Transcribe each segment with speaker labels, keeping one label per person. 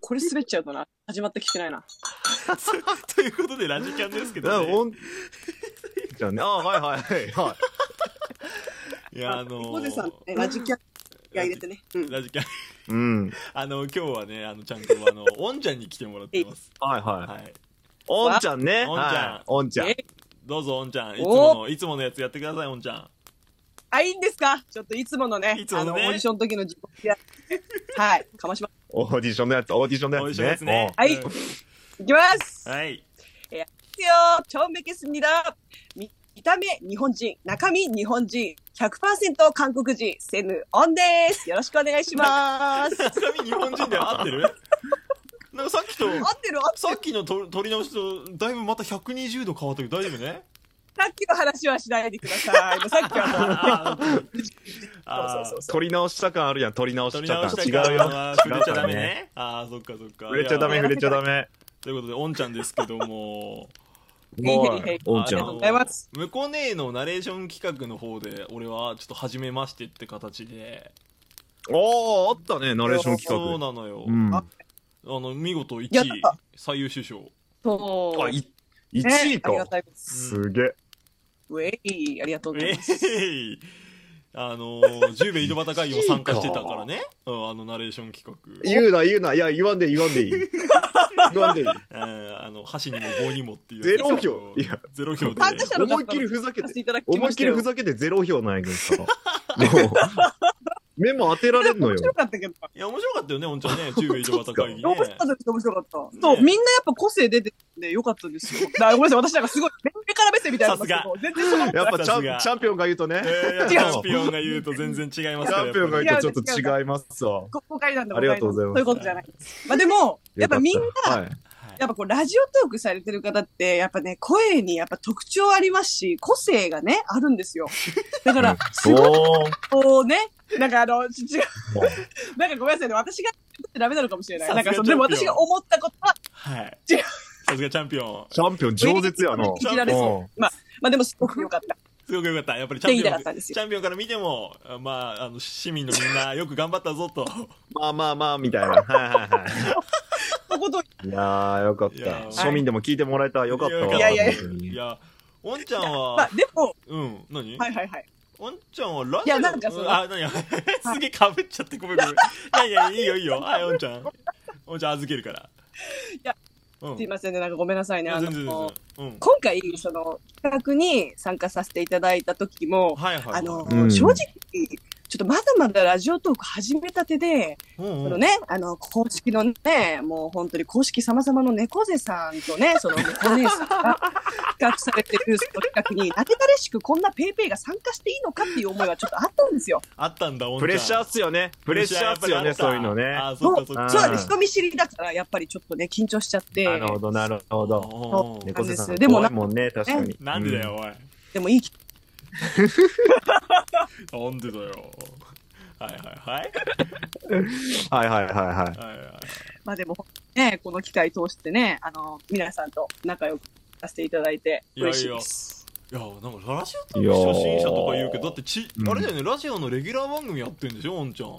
Speaker 1: これ滑っちゃうとな、始まってきてないな。
Speaker 2: ということで、ラジキャンですけ
Speaker 3: だ
Speaker 2: ど、
Speaker 3: から
Speaker 2: ね。
Speaker 3: おんじゃあねあはいはいはいはい
Speaker 2: や、あのー
Speaker 1: コゼさん、ね、ラジキャンが入れてね。うん。
Speaker 2: ラジキャン、
Speaker 3: いうん
Speaker 2: あの、今日はね、あの、ちゃんと、 あの、おんちゃんに来てもらってます。
Speaker 3: はいは
Speaker 2: はいい。
Speaker 3: おんちゃんね
Speaker 2: おんちゃん
Speaker 3: はいおんちゃん
Speaker 1: え
Speaker 2: どうぞ、おんちゃん。いつも
Speaker 1: お
Speaker 2: の、いつものやつやってください、おんちゃん。
Speaker 1: あ、いいんですかちょっといつものね、
Speaker 2: いつものね
Speaker 1: あの、オーディションの時の自己い やはい、かましま
Speaker 3: オーディションのやつオーディションの
Speaker 2: お
Speaker 3: や
Speaker 2: い
Speaker 3: つ
Speaker 2: しいですね
Speaker 3: ね。
Speaker 1: はい
Speaker 2: うん
Speaker 1: す。いきます
Speaker 2: はい。
Speaker 1: えーやってよ超めけすみだ見見た目日本人、中身日本人、100%韓国人、セヌオンです。よろしくお願い します。
Speaker 2: ちなみに日本人で は合ってるなんかさっき
Speaker 1: 合
Speaker 2: と、
Speaker 1: ってる合ってる
Speaker 2: さっきのと取り直しと、だいぶまた120度変わったけど、大丈夫ね
Speaker 1: さっきの話はしないでください。 もうさっきは
Speaker 2: あーあー
Speaker 1: そうそうそう
Speaker 3: 取り直した感あるやん取り直し
Speaker 2: 取り
Speaker 3: た
Speaker 2: 直
Speaker 3: 感
Speaker 2: した
Speaker 3: 違うよ
Speaker 2: 触れちゃ
Speaker 3: 違
Speaker 2: ダ
Speaker 3: うから
Speaker 2: メ
Speaker 3: ね
Speaker 2: ね。ああ、そっかそっか。
Speaker 3: 触れちゃダメ
Speaker 1: いや
Speaker 3: 触れちゃダメ
Speaker 2: ということで、おんちゃんですけども、
Speaker 1: もう
Speaker 3: もうおんちゃ
Speaker 1: ありがとうんございます。
Speaker 2: 向こう姉のナレーション企画の方で、俺はちょっと初めましてって形で、
Speaker 3: おおあったねナレーション
Speaker 2: そう
Speaker 3: 企画
Speaker 2: なのよ。
Speaker 3: うんあ
Speaker 2: あの、見事1
Speaker 1: やっ
Speaker 2: 位
Speaker 1: た、
Speaker 2: 最優秀賞。
Speaker 1: と
Speaker 3: い1位
Speaker 1: ありが
Speaker 3: か
Speaker 1: たいです。
Speaker 3: すげえ
Speaker 1: ウェイ、ありがとうござい
Speaker 2: え
Speaker 1: ます。
Speaker 2: いあのー、十兵衛井戸端会議も参加してたからね。うん、あの、ナレーション企画。
Speaker 3: 言うな言うないや言わんでいい言わんでいい言わんでいい
Speaker 2: うんあの、箸にも棒にもっていう。
Speaker 3: ゼロ票いや、
Speaker 2: ゼロ票で。
Speaker 1: 参加者の方
Speaker 3: 思いっきりふざけ
Speaker 1: させ
Speaker 3: て
Speaker 1: ていただきましたよ
Speaker 3: 思いっきりふざけてゼロ票なんやけどさも う目も当てられんの
Speaker 1: 面
Speaker 3: よ
Speaker 1: 白かったけどな。
Speaker 2: いや、面白かったよね、おんちゃんね。中米井戸端会議ね
Speaker 1: 面。白かったです面白かった。そう、み
Speaker 2: ね
Speaker 1: んなやっぱ個性出てるんでよかったですよ。だからごめんなさい、私なんかすごい、目から目線みたいなの
Speaker 2: さすが
Speaker 1: もう全然そんなこと
Speaker 3: やっぱチ
Speaker 2: さす
Speaker 3: ャ
Speaker 2: が
Speaker 3: ンチャンピオンが言うとね
Speaker 2: えーいや
Speaker 1: 違う
Speaker 2: チャンピオンが言うと全然違います
Speaker 3: チ
Speaker 2: から
Speaker 3: ャンピオンが
Speaker 2: やっ
Speaker 3: 言うとちょっと違いますわ
Speaker 1: 誤解なんだ、
Speaker 3: ありがと うございます
Speaker 1: そういうことじゃないです。まあでも、やっぱみんな
Speaker 3: よ、かったはい
Speaker 2: ぱり
Speaker 1: やっぱこう、ラジオトークされてる方って、やっぱね、声にやっぱ特徴ありますし、個性がね、あるんですよ。だから、すごい
Speaker 3: おー
Speaker 1: こうね、なんかあの、ち違う、なんかごめんなさいね、私が言ってダメなのかもしれない。
Speaker 2: さす
Speaker 1: な
Speaker 2: が
Speaker 1: んかその、
Speaker 2: チャ
Speaker 1: で
Speaker 2: ン
Speaker 1: も
Speaker 2: ピオ
Speaker 1: 私
Speaker 2: ン
Speaker 1: が思ったことは、
Speaker 2: はい。
Speaker 1: 違う
Speaker 2: さすがチャンピオン。
Speaker 3: チャンピオン饒舌やな
Speaker 1: 生きられそう。まあ、まあでもすごく良かった。
Speaker 2: すごくよかった。やっぱりチャン
Speaker 1: って言いた
Speaker 2: ピオ
Speaker 1: か
Speaker 2: ン
Speaker 1: ったんです
Speaker 2: チ
Speaker 1: よ
Speaker 2: ャンピオンから見ても、あまあ、あの、市民のみんなよく頑張ったぞと。
Speaker 3: まあまあまあみたいなはいはいはい
Speaker 1: とことん
Speaker 3: いやー、よかった
Speaker 2: いやー。
Speaker 3: 庶民でも聞いてもらえたら よかったわ。
Speaker 1: いやいやいや
Speaker 3: 本当に
Speaker 2: いや、おんちゃん
Speaker 1: まあ
Speaker 2: は、
Speaker 1: でも、
Speaker 2: うん、何
Speaker 1: はいはいはい。
Speaker 2: おんちゃんはラジオ
Speaker 1: いやなんかその
Speaker 2: うあ、何 すげえかぶっちゃってごめんごめん。いやいや、いいよいいよ。はい、おんちゃん。おんちゃん預けるから。い
Speaker 1: や、
Speaker 2: うん。
Speaker 1: すいませんね、なんかごめんなさいね。あ
Speaker 2: 全然全然
Speaker 1: の、。
Speaker 2: うん。
Speaker 1: 今回、その、企画に参加させていただいた時も、
Speaker 2: はいはいはい。
Speaker 1: あの、
Speaker 3: うん
Speaker 1: 正直、ちょっとまだまだラジオトーク始めたてで、
Speaker 2: うん
Speaker 1: そ
Speaker 2: うん
Speaker 1: のね、あの、公式のね、もう本当に公式様々の猫背さんとね、その猫姉さんが企画されてるその企画に、なけたれしくこんなペイペイが参加していいのかっていう思いはちょっとあったんですよ。
Speaker 2: あったんだ、おんちゃん。
Speaker 3: プレッシャーっすよね。プレッシャーっすよね、そういうのね。
Speaker 2: あー、そ
Speaker 1: そ
Speaker 2: っ
Speaker 1: う
Speaker 2: かそっか。
Speaker 1: そうだね、
Speaker 3: うん
Speaker 1: 人見知りだから、やっぱりちょっとね、緊張しちゃって、
Speaker 3: なるほど、なるほど。
Speaker 2: おー
Speaker 3: 猫背さん、
Speaker 1: でも
Speaker 3: 怖
Speaker 1: ない
Speaker 3: もんね、確かに。
Speaker 2: なんでだよ、おい。
Speaker 1: でもいい気
Speaker 2: なんでだよ。はいはいはい。
Speaker 3: うん。はいはいはいはい。
Speaker 2: はいはい
Speaker 1: まあでも、ね、この機会通してね、あの、皆さんと仲良くさせていただいて、
Speaker 2: いやいや
Speaker 1: 嬉しいです。
Speaker 2: いや、なんかラジオトーク初心者とか言うけど、だってち
Speaker 3: う、ん
Speaker 2: あれだよね、ラジオのレギュラー番組やってんでしょ、おんちゃん。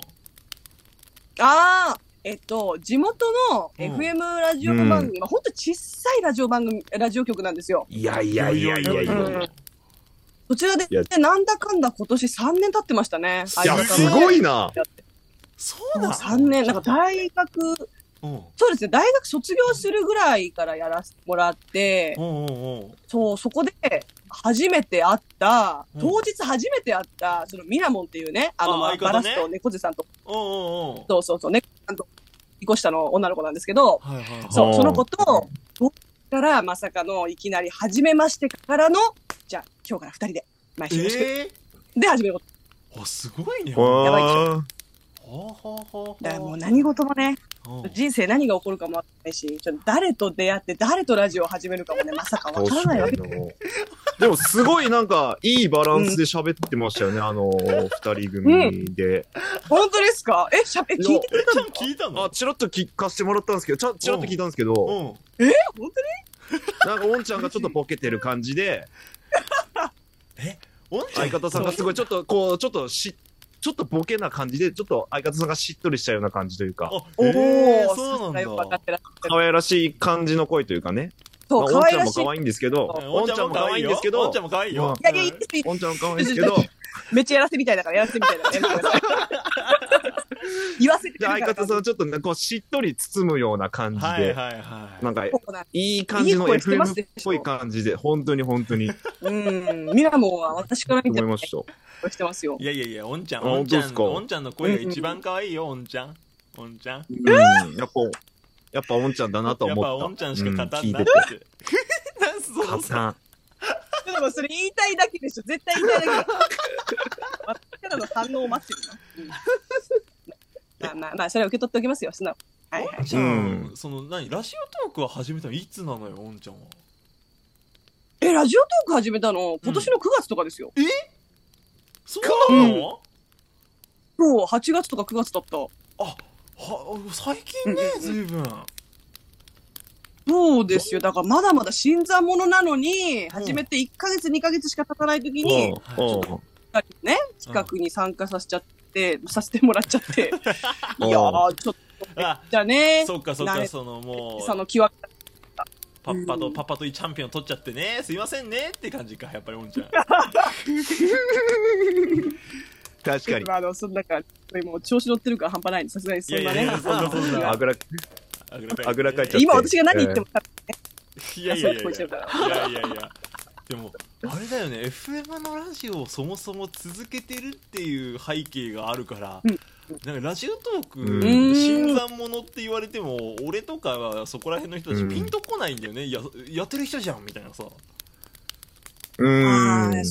Speaker 1: ああ、えっと、地元の
Speaker 2: うん
Speaker 1: FM ラジオ番組、まあほんと小さいラジオ番組、ラジオ局なんですよ。
Speaker 3: いやいやいやいやいや。
Speaker 1: うんそちらで
Speaker 3: いや、
Speaker 1: なんだかんだ今年3年経ってましたね。
Speaker 3: いや、
Speaker 2: あ
Speaker 3: すご
Speaker 1: い
Speaker 3: いな。
Speaker 2: そう
Speaker 1: も
Speaker 2: な
Speaker 1: う
Speaker 2: の
Speaker 1: 3年、なんか大学、
Speaker 2: うん。
Speaker 1: そうですね、大学卒業するぐらいからやらせてもらって
Speaker 2: う、んうんうん。
Speaker 1: そう、そこで、初めて会った
Speaker 2: う、ん
Speaker 1: 当日初めて会った、そのミラモンっていうね、あの、
Speaker 2: あ
Speaker 1: まあ
Speaker 2: 相
Speaker 1: ガ
Speaker 2: 方
Speaker 1: ラ
Speaker 2: ね
Speaker 1: スと猫背さんと、
Speaker 2: うんうんうん。
Speaker 1: そうそうそう、猫背さんと、一個下の女の子なんですけど、
Speaker 2: はいはいはい。
Speaker 1: そ
Speaker 3: お
Speaker 1: う、
Speaker 3: ー
Speaker 1: その子と、どっからまさかの、いきなり、初めましてからの、じゃあ、今日から二人で、毎週よろしく
Speaker 2: え
Speaker 1: で、始めること。
Speaker 2: ーあ、すごいね。は
Speaker 1: やばいっし
Speaker 3: あ
Speaker 2: あはあはあはあ
Speaker 1: だからもう何事もね、
Speaker 2: うん
Speaker 1: 人生何が起こるかもわかんないし、ちょっと誰と出会って、誰とラジオを始めるかもね、まさか
Speaker 3: ー
Speaker 1: わからないわけ。
Speaker 3: 確かにでも、すごいなんか、いいバランスで喋ってましたよね、あの、二人組で。
Speaker 1: 本当ですかえ、しゃべ、え聞いてく
Speaker 2: え
Speaker 1: れた
Speaker 2: ちゃ
Speaker 1: の
Speaker 2: ん聞いたの
Speaker 3: あ、チラッと聞かせてもらったんですけど、ちゃ、チラッと聞いたんですけど、
Speaker 2: うん。
Speaker 1: 本当に
Speaker 3: なんか、おんちゃんがちょっとボケてる感じで、
Speaker 2: おんちゃん
Speaker 3: 相方さんがすごい、ちょっと、こう、ちょっとし、ちょっとボケな感じで、ちょっと相方さんがしっとりしたような感じというか、
Speaker 2: おえ
Speaker 1: ー
Speaker 2: ー、そうなん
Speaker 1: よくわか
Speaker 2: だ
Speaker 1: っ。てらっしゃる
Speaker 3: 可愛らしい感じの声というかね。
Speaker 1: そう、可
Speaker 3: まあおんち
Speaker 1: 愛
Speaker 3: ゃん
Speaker 1: ら
Speaker 3: も
Speaker 1: しい。い
Speaker 3: 可愛いんですけど、
Speaker 2: おんちゃんも可愛いんですけど、おんちゃんも可愛いよ。
Speaker 1: やいや、いいですいいで
Speaker 3: おんちゃんも可愛いんですけど、
Speaker 1: すめっちゃやらせみたいだから、やらせみたいだからやめてください。言わせて
Speaker 3: で相方さんはちょっとね、こう、しっとり包むような感じで、
Speaker 2: はいはいはい。
Speaker 3: なんか、い
Speaker 1: そうなん
Speaker 3: い感じの
Speaker 1: いい声してま
Speaker 3: FM
Speaker 1: す
Speaker 3: っ
Speaker 1: でしょ
Speaker 3: ぽい感じで、本当に本当に、
Speaker 1: うん、ミラモンは私から見
Speaker 3: 思
Speaker 1: て
Speaker 3: い
Speaker 1: も
Speaker 3: ました。
Speaker 1: してますよ。
Speaker 2: いやいやいや、おんちゃん、
Speaker 3: あ
Speaker 2: おんちゃ
Speaker 3: 本当で
Speaker 2: ん、
Speaker 3: すか
Speaker 2: おんちゃんの声が一番可愛いよ、おんちゃん。おんちゃん。
Speaker 3: うん、やっぱ、やっぱおんちゃんだなと
Speaker 2: や
Speaker 3: 思
Speaker 2: っ
Speaker 3: った。
Speaker 2: ぱおんちゃんしか勝た
Speaker 3: うんん聞
Speaker 2: ないい
Speaker 3: てて。
Speaker 2: なんすその
Speaker 3: 勝
Speaker 2: さ
Speaker 3: たん。
Speaker 1: でもそれ言いたいだけでしょ。絶対言いたいだけだ。私からの反応を待ってるな。うん、まあまあまあ、それは受け取っておきますよ、素直。はいはい
Speaker 2: おん。ちゃん、
Speaker 3: う
Speaker 2: その何ラジオトークを始めたのいつなのよおんちゃんは
Speaker 1: え、ラジオトーク始めたの、今年の9月とかですよ。
Speaker 2: そうなの、
Speaker 1: そう、8月とか9月だった。
Speaker 2: あは最近ね
Speaker 1: うん
Speaker 2: ずいぶん
Speaker 1: そうですよ。だからまだまだ新参者なのに、始めて1ヶ月、2ヶ月しか経たない時に、
Speaker 3: うんうん
Speaker 1: 二人ね、企画に参加させちゃって、させてもらっちゃ って。
Speaker 3: うん
Speaker 1: いやー、ちょっと
Speaker 2: あ
Speaker 1: じゃあね、
Speaker 2: そっかそっ
Speaker 1: 慣
Speaker 2: か
Speaker 1: れ
Speaker 2: そのもう
Speaker 1: その極み
Speaker 2: パッパとパパといいチャンピオン取っちゃってねすいませんねって感じかやっぱりおんちゃん
Speaker 3: 確かに。
Speaker 1: あの、そんなか、もう調子乗ってるから半端ないんで、さすがに そんないね
Speaker 2: やいや。そんなそんな
Speaker 3: あぐら、
Speaker 2: あぐらかい
Speaker 3: あぐらかいちゃって
Speaker 1: 今私が何言っても、
Speaker 2: いやいやいやい
Speaker 1: そう聞こえちゃうか
Speaker 2: やいやいやいやでもあれだよね FM のラジオをそもそも続けてるっていう背景があるから、
Speaker 1: うん
Speaker 2: なんかラジオトーク、
Speaker 3: うん
Speaker 2: 新参者って言われても俺とかはそこら辺の人たち
Speaker 3: うん
Speaker 2: ピンとこないんだよね、いややってる人じゃんみたいなさ
Speaker 3: うーん
Speaker 1: あ。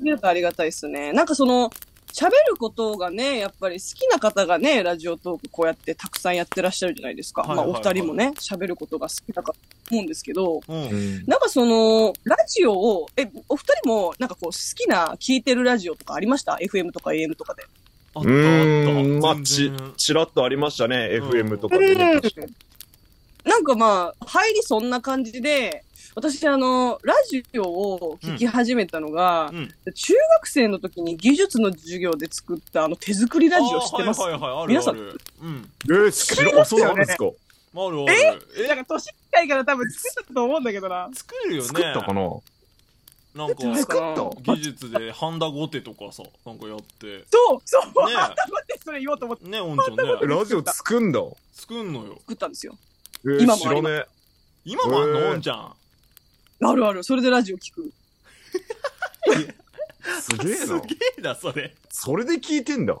Speaker 1: 見るとありがたいですね。なんかその、喋ることがね、やっぱり好きな方がね、ラジオトークこうやってたくさんやってらっしゃるじゃないですか。
Speaker 2: はいはいはい
Speaker 1: まあお二人もね、喋ることが好きだから思うんですけど、
Speaker 2: うん、
Speaker 3: うん
Speaker 1: なんかその、ラジオを、え、お二人もなんかこう好きな聞いてるラジオとかありました ?FM とか AM とかで。
Speaker 2: あっ
Speaker 3: うーん、まあ、
Speaker 2: 全
Speaker 3: ち
Speaker 2: 然、
Speaker 3: ちらっとありましたね、
Speaker 2: ん
Speaker 3: FM とかでね。確かに
Speaker 1: なんかまあ、入りそんな感じで、私あの、ラジオを聞き始めたのが、
Speaker 2: うん
Speaker 1: 中学生の時に技術の授業で作ったあの手作りラジオ知ってます、
Speaker 2: あはいはいはいある
Speaker 1: 皆
Speaker 2: あ
Speaker 1: さん
Speaker 2: るうん
Speaker 3: えー、知ら、あ、そうなんですか。
Speaker 2: あるあるえ
Speaker 1: なんか年近いから多分作ったと思うんだけどな。
Speaker 2: 作るよね
Speaker 3: 作ったかな
Speaker 2: なんか
Speaker 1: 作った
Speaker 2: 技術でハンダゴテとかさなんかやって
Speaker 1: そうそう、
Speaker 2: ね
Speaker 1: 待ってそれ言おうと思って
Speaker 2: ねおんちゃんね
Speaker 3: えラジオ作んだ。
Speaker 2: 作んのよ
Speaker 1: 作ったんですよ。
Speaker 3: えー、
Speaker 1: 今も
Speaker 3: 知らね
Speaker 2: 今もあんの、
Speaker 3: へ
Speaker 2: お
Speaker 3: ー
Speaker 2: んちゃん
Speaker 1: あるある、それでラジオ聞く。
Speaker 3: え。すげえ
Speaker 2: す
Speaker 3: な
Speaker 2: げ。えなそれ
Speaker 3: それで聞いてんだ。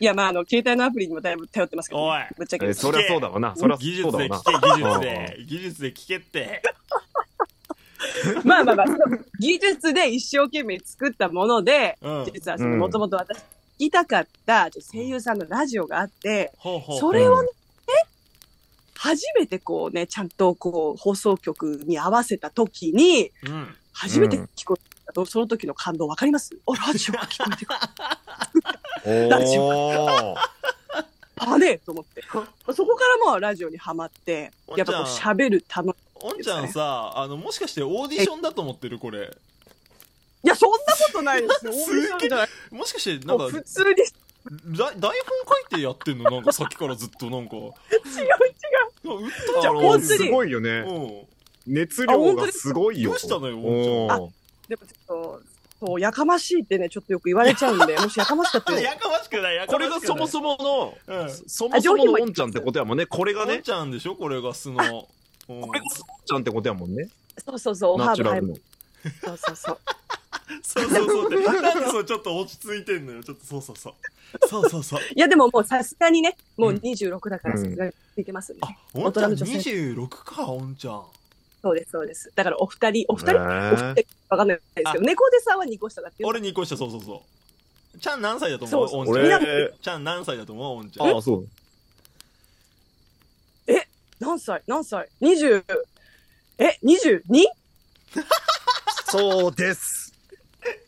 Speaker 1: いや、まあ、あの、携帯のアプリにもだいぶ頼ってますけど、
Speaker 2: おい
Speaker 1: ぶっちゃ
Speaker 3: え
Speaker 1: け。
Speaker 3: ー、そりゃそうだわな。そりゃ
Speaker 2: 技
Speaker 3: そ
Speaker 2: 術
Speaker 3: うだわ
Speaker 2: で
Speaker 3: な
Speaker 2: 聞。け技術で技術で聞けって
Speaker 1: まあまあまあ、その技術で一生懸命作ったもので、
Speaker 2: うん
Speaker 1: 実は
Speaker 3: うん
Speaker 1: もともと私、聞きたかったちょっと声優さんのラジオがあって、
Speaker 2: ほうほう
Speaker 1: それをね、初めてこうね、ちゃんとこう、放送局に合わせた時に、
Speaker 2: うん
Speaker 1: 初めて聞こえたと、その時の感動わかりますあ、ラジオが聞こえて くる。ラジ
Speaker 3: おー。
Speaker 1: あねえと思って。そこからまあ、ラジオにはまって、やっぱこう、喋るたの、
Speaker 2: おんちゃんさあのもしかしてオーディションだと思ってるこれ
Speaker 1: いや、そんなことないですよ。
Speaker 2: すげえ
Speaker 1: 大げさじゃない
Speaker 2: もしかしてな
Speaker 1: も
Speaker 2: んか
Speaker 1: う普通に
Speaker 2: だ台本書いてやってんのなんかさっきからずっとなんか
Speaker 1: 違う違
Speaker 2: うっ
Speaker 1: じゃあ
Speaker 3: あの
Speaker 1: 本当に
Speaker 3: すごいよ
Speaker 2: う
Speaker 3: ね。
Speaker 2: ん
Speaker 3: 熱量がすごいよ。
Speaker 2: あ本当ですかどうしたのよ
Speaker 3: おー
Speaker 1: う。でもちょっと、そう、やかましいってね、ちょっとよく言われちゃうんで、もしやかましかったら、
Speaker 2: やかましくないやか
Speaker 3: こ
Speaker 2: ま
Speaker 3: れ
Speaker 2: しくな
Speaker 3: が
Speaker 2: い
Speaker 3: そもそもの、
Speaker 2: も、うん、
Speaker 3: そもそものおんちゃんってことやもんね。これが
Speaker 2: おん
Speaker 3: ね、
Speaker 2: ちゃんでしょこれが素のうん
Speaker 3: これがおんちゃんってことやもんね。
Speaker 1: そうそうそう、ハ
Speaker 3: ナ
Speaker 1: ー
Speaker 3: チ
Speaker 1: ブ
Speaker 3: ュラ
Speaker 1: 入
Speaker 3: ル
Speaker 1: る。そ
Speaker 3: の。
Speaker 1: うそうそう。
Speaker 2: そうそうそう ってなんでそうちょっと落ち着いてんのよちょっとそうそうそうそうそうそう
Speaker 1: いや、でももうさすがにね、もう
Speaker 2: うん
Speaker 1: 26だから
Speaker 3: うん
Speaker 1: さすがにいけますね、
Speaker 2: あおんち
Speaker 1: 大人
Speaker 2: ゃん
Speaker 1: の女性
Speaker 2: 26かおんちゃん
Speaker 1: そうです、そうです。だからお二人、お二人、お二人、
Speaker 3: え
Speaker 1: わかんないですけど、猫背さんは2個下だっていう。
Speaker 2: 俺2個下そうそうそうちゃん何歳だと思う
Speaker 1: そう
Speaker 2: おんちゃん
Speaker 3: 俺、
Speaker 2: ちゃん何歳だと思うおんちゃん
Speaker 3: ああ、そう。
Speaker 1: 何歳何歳 ?20、え、22?22
Speaker 3: そうです。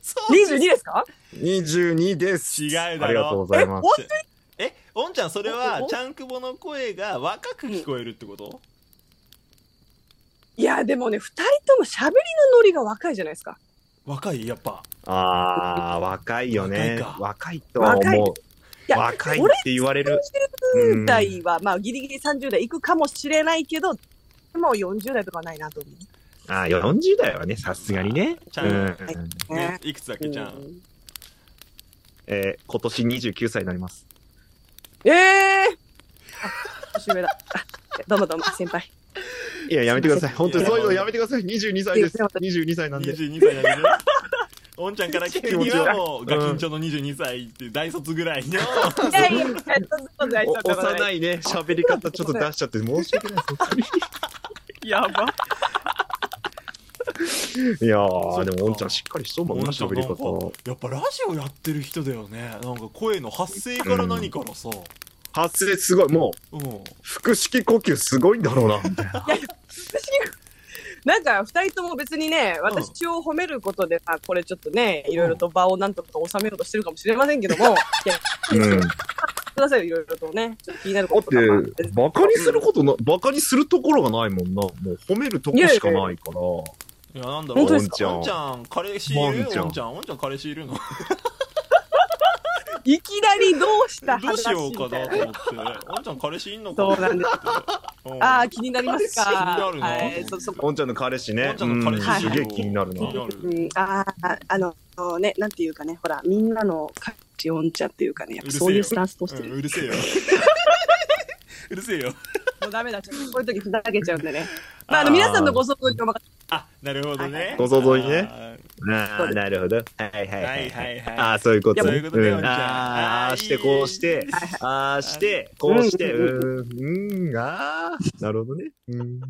Speaker 2: そう
Speaker 1: ですか
Speaker 3: 22です。
Speaker 2: 違うだろ
Speaker 3: ありがとうございます。
Speaker 2: えおんちゃんそれ
Speaker 1: お
Speaker 2: は
Speaker 1: おお
Speaker 2: ちゃんくぼの声が若く聞こえるってこと
Speaker 1: いや、でもね、二人とも喋りのノリが若いじゃないですか。
Speaker 2: 若いやっぱ
Speaker 3: ああ、若いよ
Speaker 2: 若
Speaker 3: ね
Speaker 2: い。か
Speaker 3: 若いとは思う。
Speaker 1: や
Speaker 3: 若いって言われる。
Speaker 1: 40代は、まあ、ギリギリ30代行くかもしれないけど、もう40代とかはないなと思
Speaker 3: ああ、40代はね、さすがにね。
Speaker 2: ち
Speaker 3: う
Speaker 2: ゃ
Speaker 3: ん
Speaker 2: ん、
Speaker 3: うん
Speaker 1: う。
Speaker 2: ね
Speaker 1: ね、
Speaker 2: いくつだっけちゃん、
Speaker 1: うん
Speaker 3: えー今年29歳になります。
Speaker 1: ええーあ年上だ。どうもどうも、先輩。
Speaker 3: いや、やめてください。本当に
Speaker 2: いや
Speaker 3: そういうのやめてください。22歳です。
Speaker 1: いや本当
Speaker 3: 22歳なんで。
Speaker 2: 22歳なんで ねおんちゃんから聞くにはもう
Speaker 3: 気持ちが
Speaker 2: ガキンチョの22歳って大卒ぐら いの
Speaker 1: いやいや、そんな
Speaker 3: お幼いね、喋り方ちょっと出しちゃって申し訳ないです本
Speaker 1: やば。
Speaker 2: そ
Speaker 3: 当に。いやー、
Speaker 2: っか
Speaker 3: でも、おんちゃんしっかりしとんもんな、喋り方。
Speaker 2: やっぱラジオやってる人だよねなんか声の発声から何からさ、
Speaker 3: 発声すごい。もう、
Speaker 2: うん
Speaker 3: 腹式呼吸すごいんだろうな、みたいな。
Speaker 1: なんか、二人とも別にね、私を褒めることで、あ、これちょっとね、いろいろと場をなんとか収めようとしてるかもしれませんけど も、いや
Speaker 3: うん。だ
Speaker 1: くださいよ、いろいろとね。ちょっと気になることとかもあ
Speaker 3: って、バカにすることな、バカにするところがないもんな。もう褒めるとこしかないから。
Speaker 2: いやなんだろ
Speaker 1: 本
Speaker 2: う
Speaker 1: 当
Speaker 2: お
Speaker 1: です
Speaker 2: んち
Speaker 3: か
Speaker 2: ゃんおんちゃん彼氏いる
Speaker 3: お
Speaker 2: お
Speaker 3: ん
Speaker 2: ん
Speaker 3: ち
Speaker 2: ち
Speaker 3: ゃ
Speaker 2: ゃ
Speaker 3: ん
Speaker 2: んおんちゃん彼氏い るの
Speaker 1: いきなりどうした
Speaker 2: どうしようか
Speaker 1: 話みた
Speaker 2: ないと思っておんちゃん彼氏いんのか
Speaker 1: そうなんです。
Speaker 2: うん
Speaker 1: ああ、気になりますか。
Speaker 2: 気になるな
Speaker 1: はい、そ、そこ。
Speaker 3: おんちゃんの彼氏ね。
Speaker 2: おんちゃんの彼氏
Speaker 3: うんすげえ気になるな。
Speaker 2: 気にな
Speaker 1: う
Speaker 2: る
Speaker 1: ん、ああ、あの、ね、なんていうかね、ほら、みんなの価値音茶っていうかね、やっぱそういうスタンスとして
Speaker 2: うん
Speaker 1: る。
Speaker 2: うる せえようるせえよ
Speaker 1: もうダメだ、ちょっとこういう時ふざけちゃうんで ね。まあ、あの、皆さんのご想像にお任せ
Speaker 2: あなるほど
Speaker 1: はいは
Speaker 2: ね
Speaker 1: い
Speaker 3: ご想像にね
Speaker 2: あ
Speaker 3: ああ、なるほど。はいは
Speaker 2: ー
Speaker 3: いは
Speaker 2: はい
Speaker 3: い。
Speaker 2: はいはい
Speaker 3: ああ、そういうこと
Speaker 2: そう
Speaker 3: ね。
Speaker 2: いうことだよ
Speaker 3: う
Speaker 2: おん
Speaker 3: ん
Speaker 2: ちゃん
Speaker 3: あーあー、して、こうして、ああ、して、こうして、うーん、ああ、なるほどね。うん。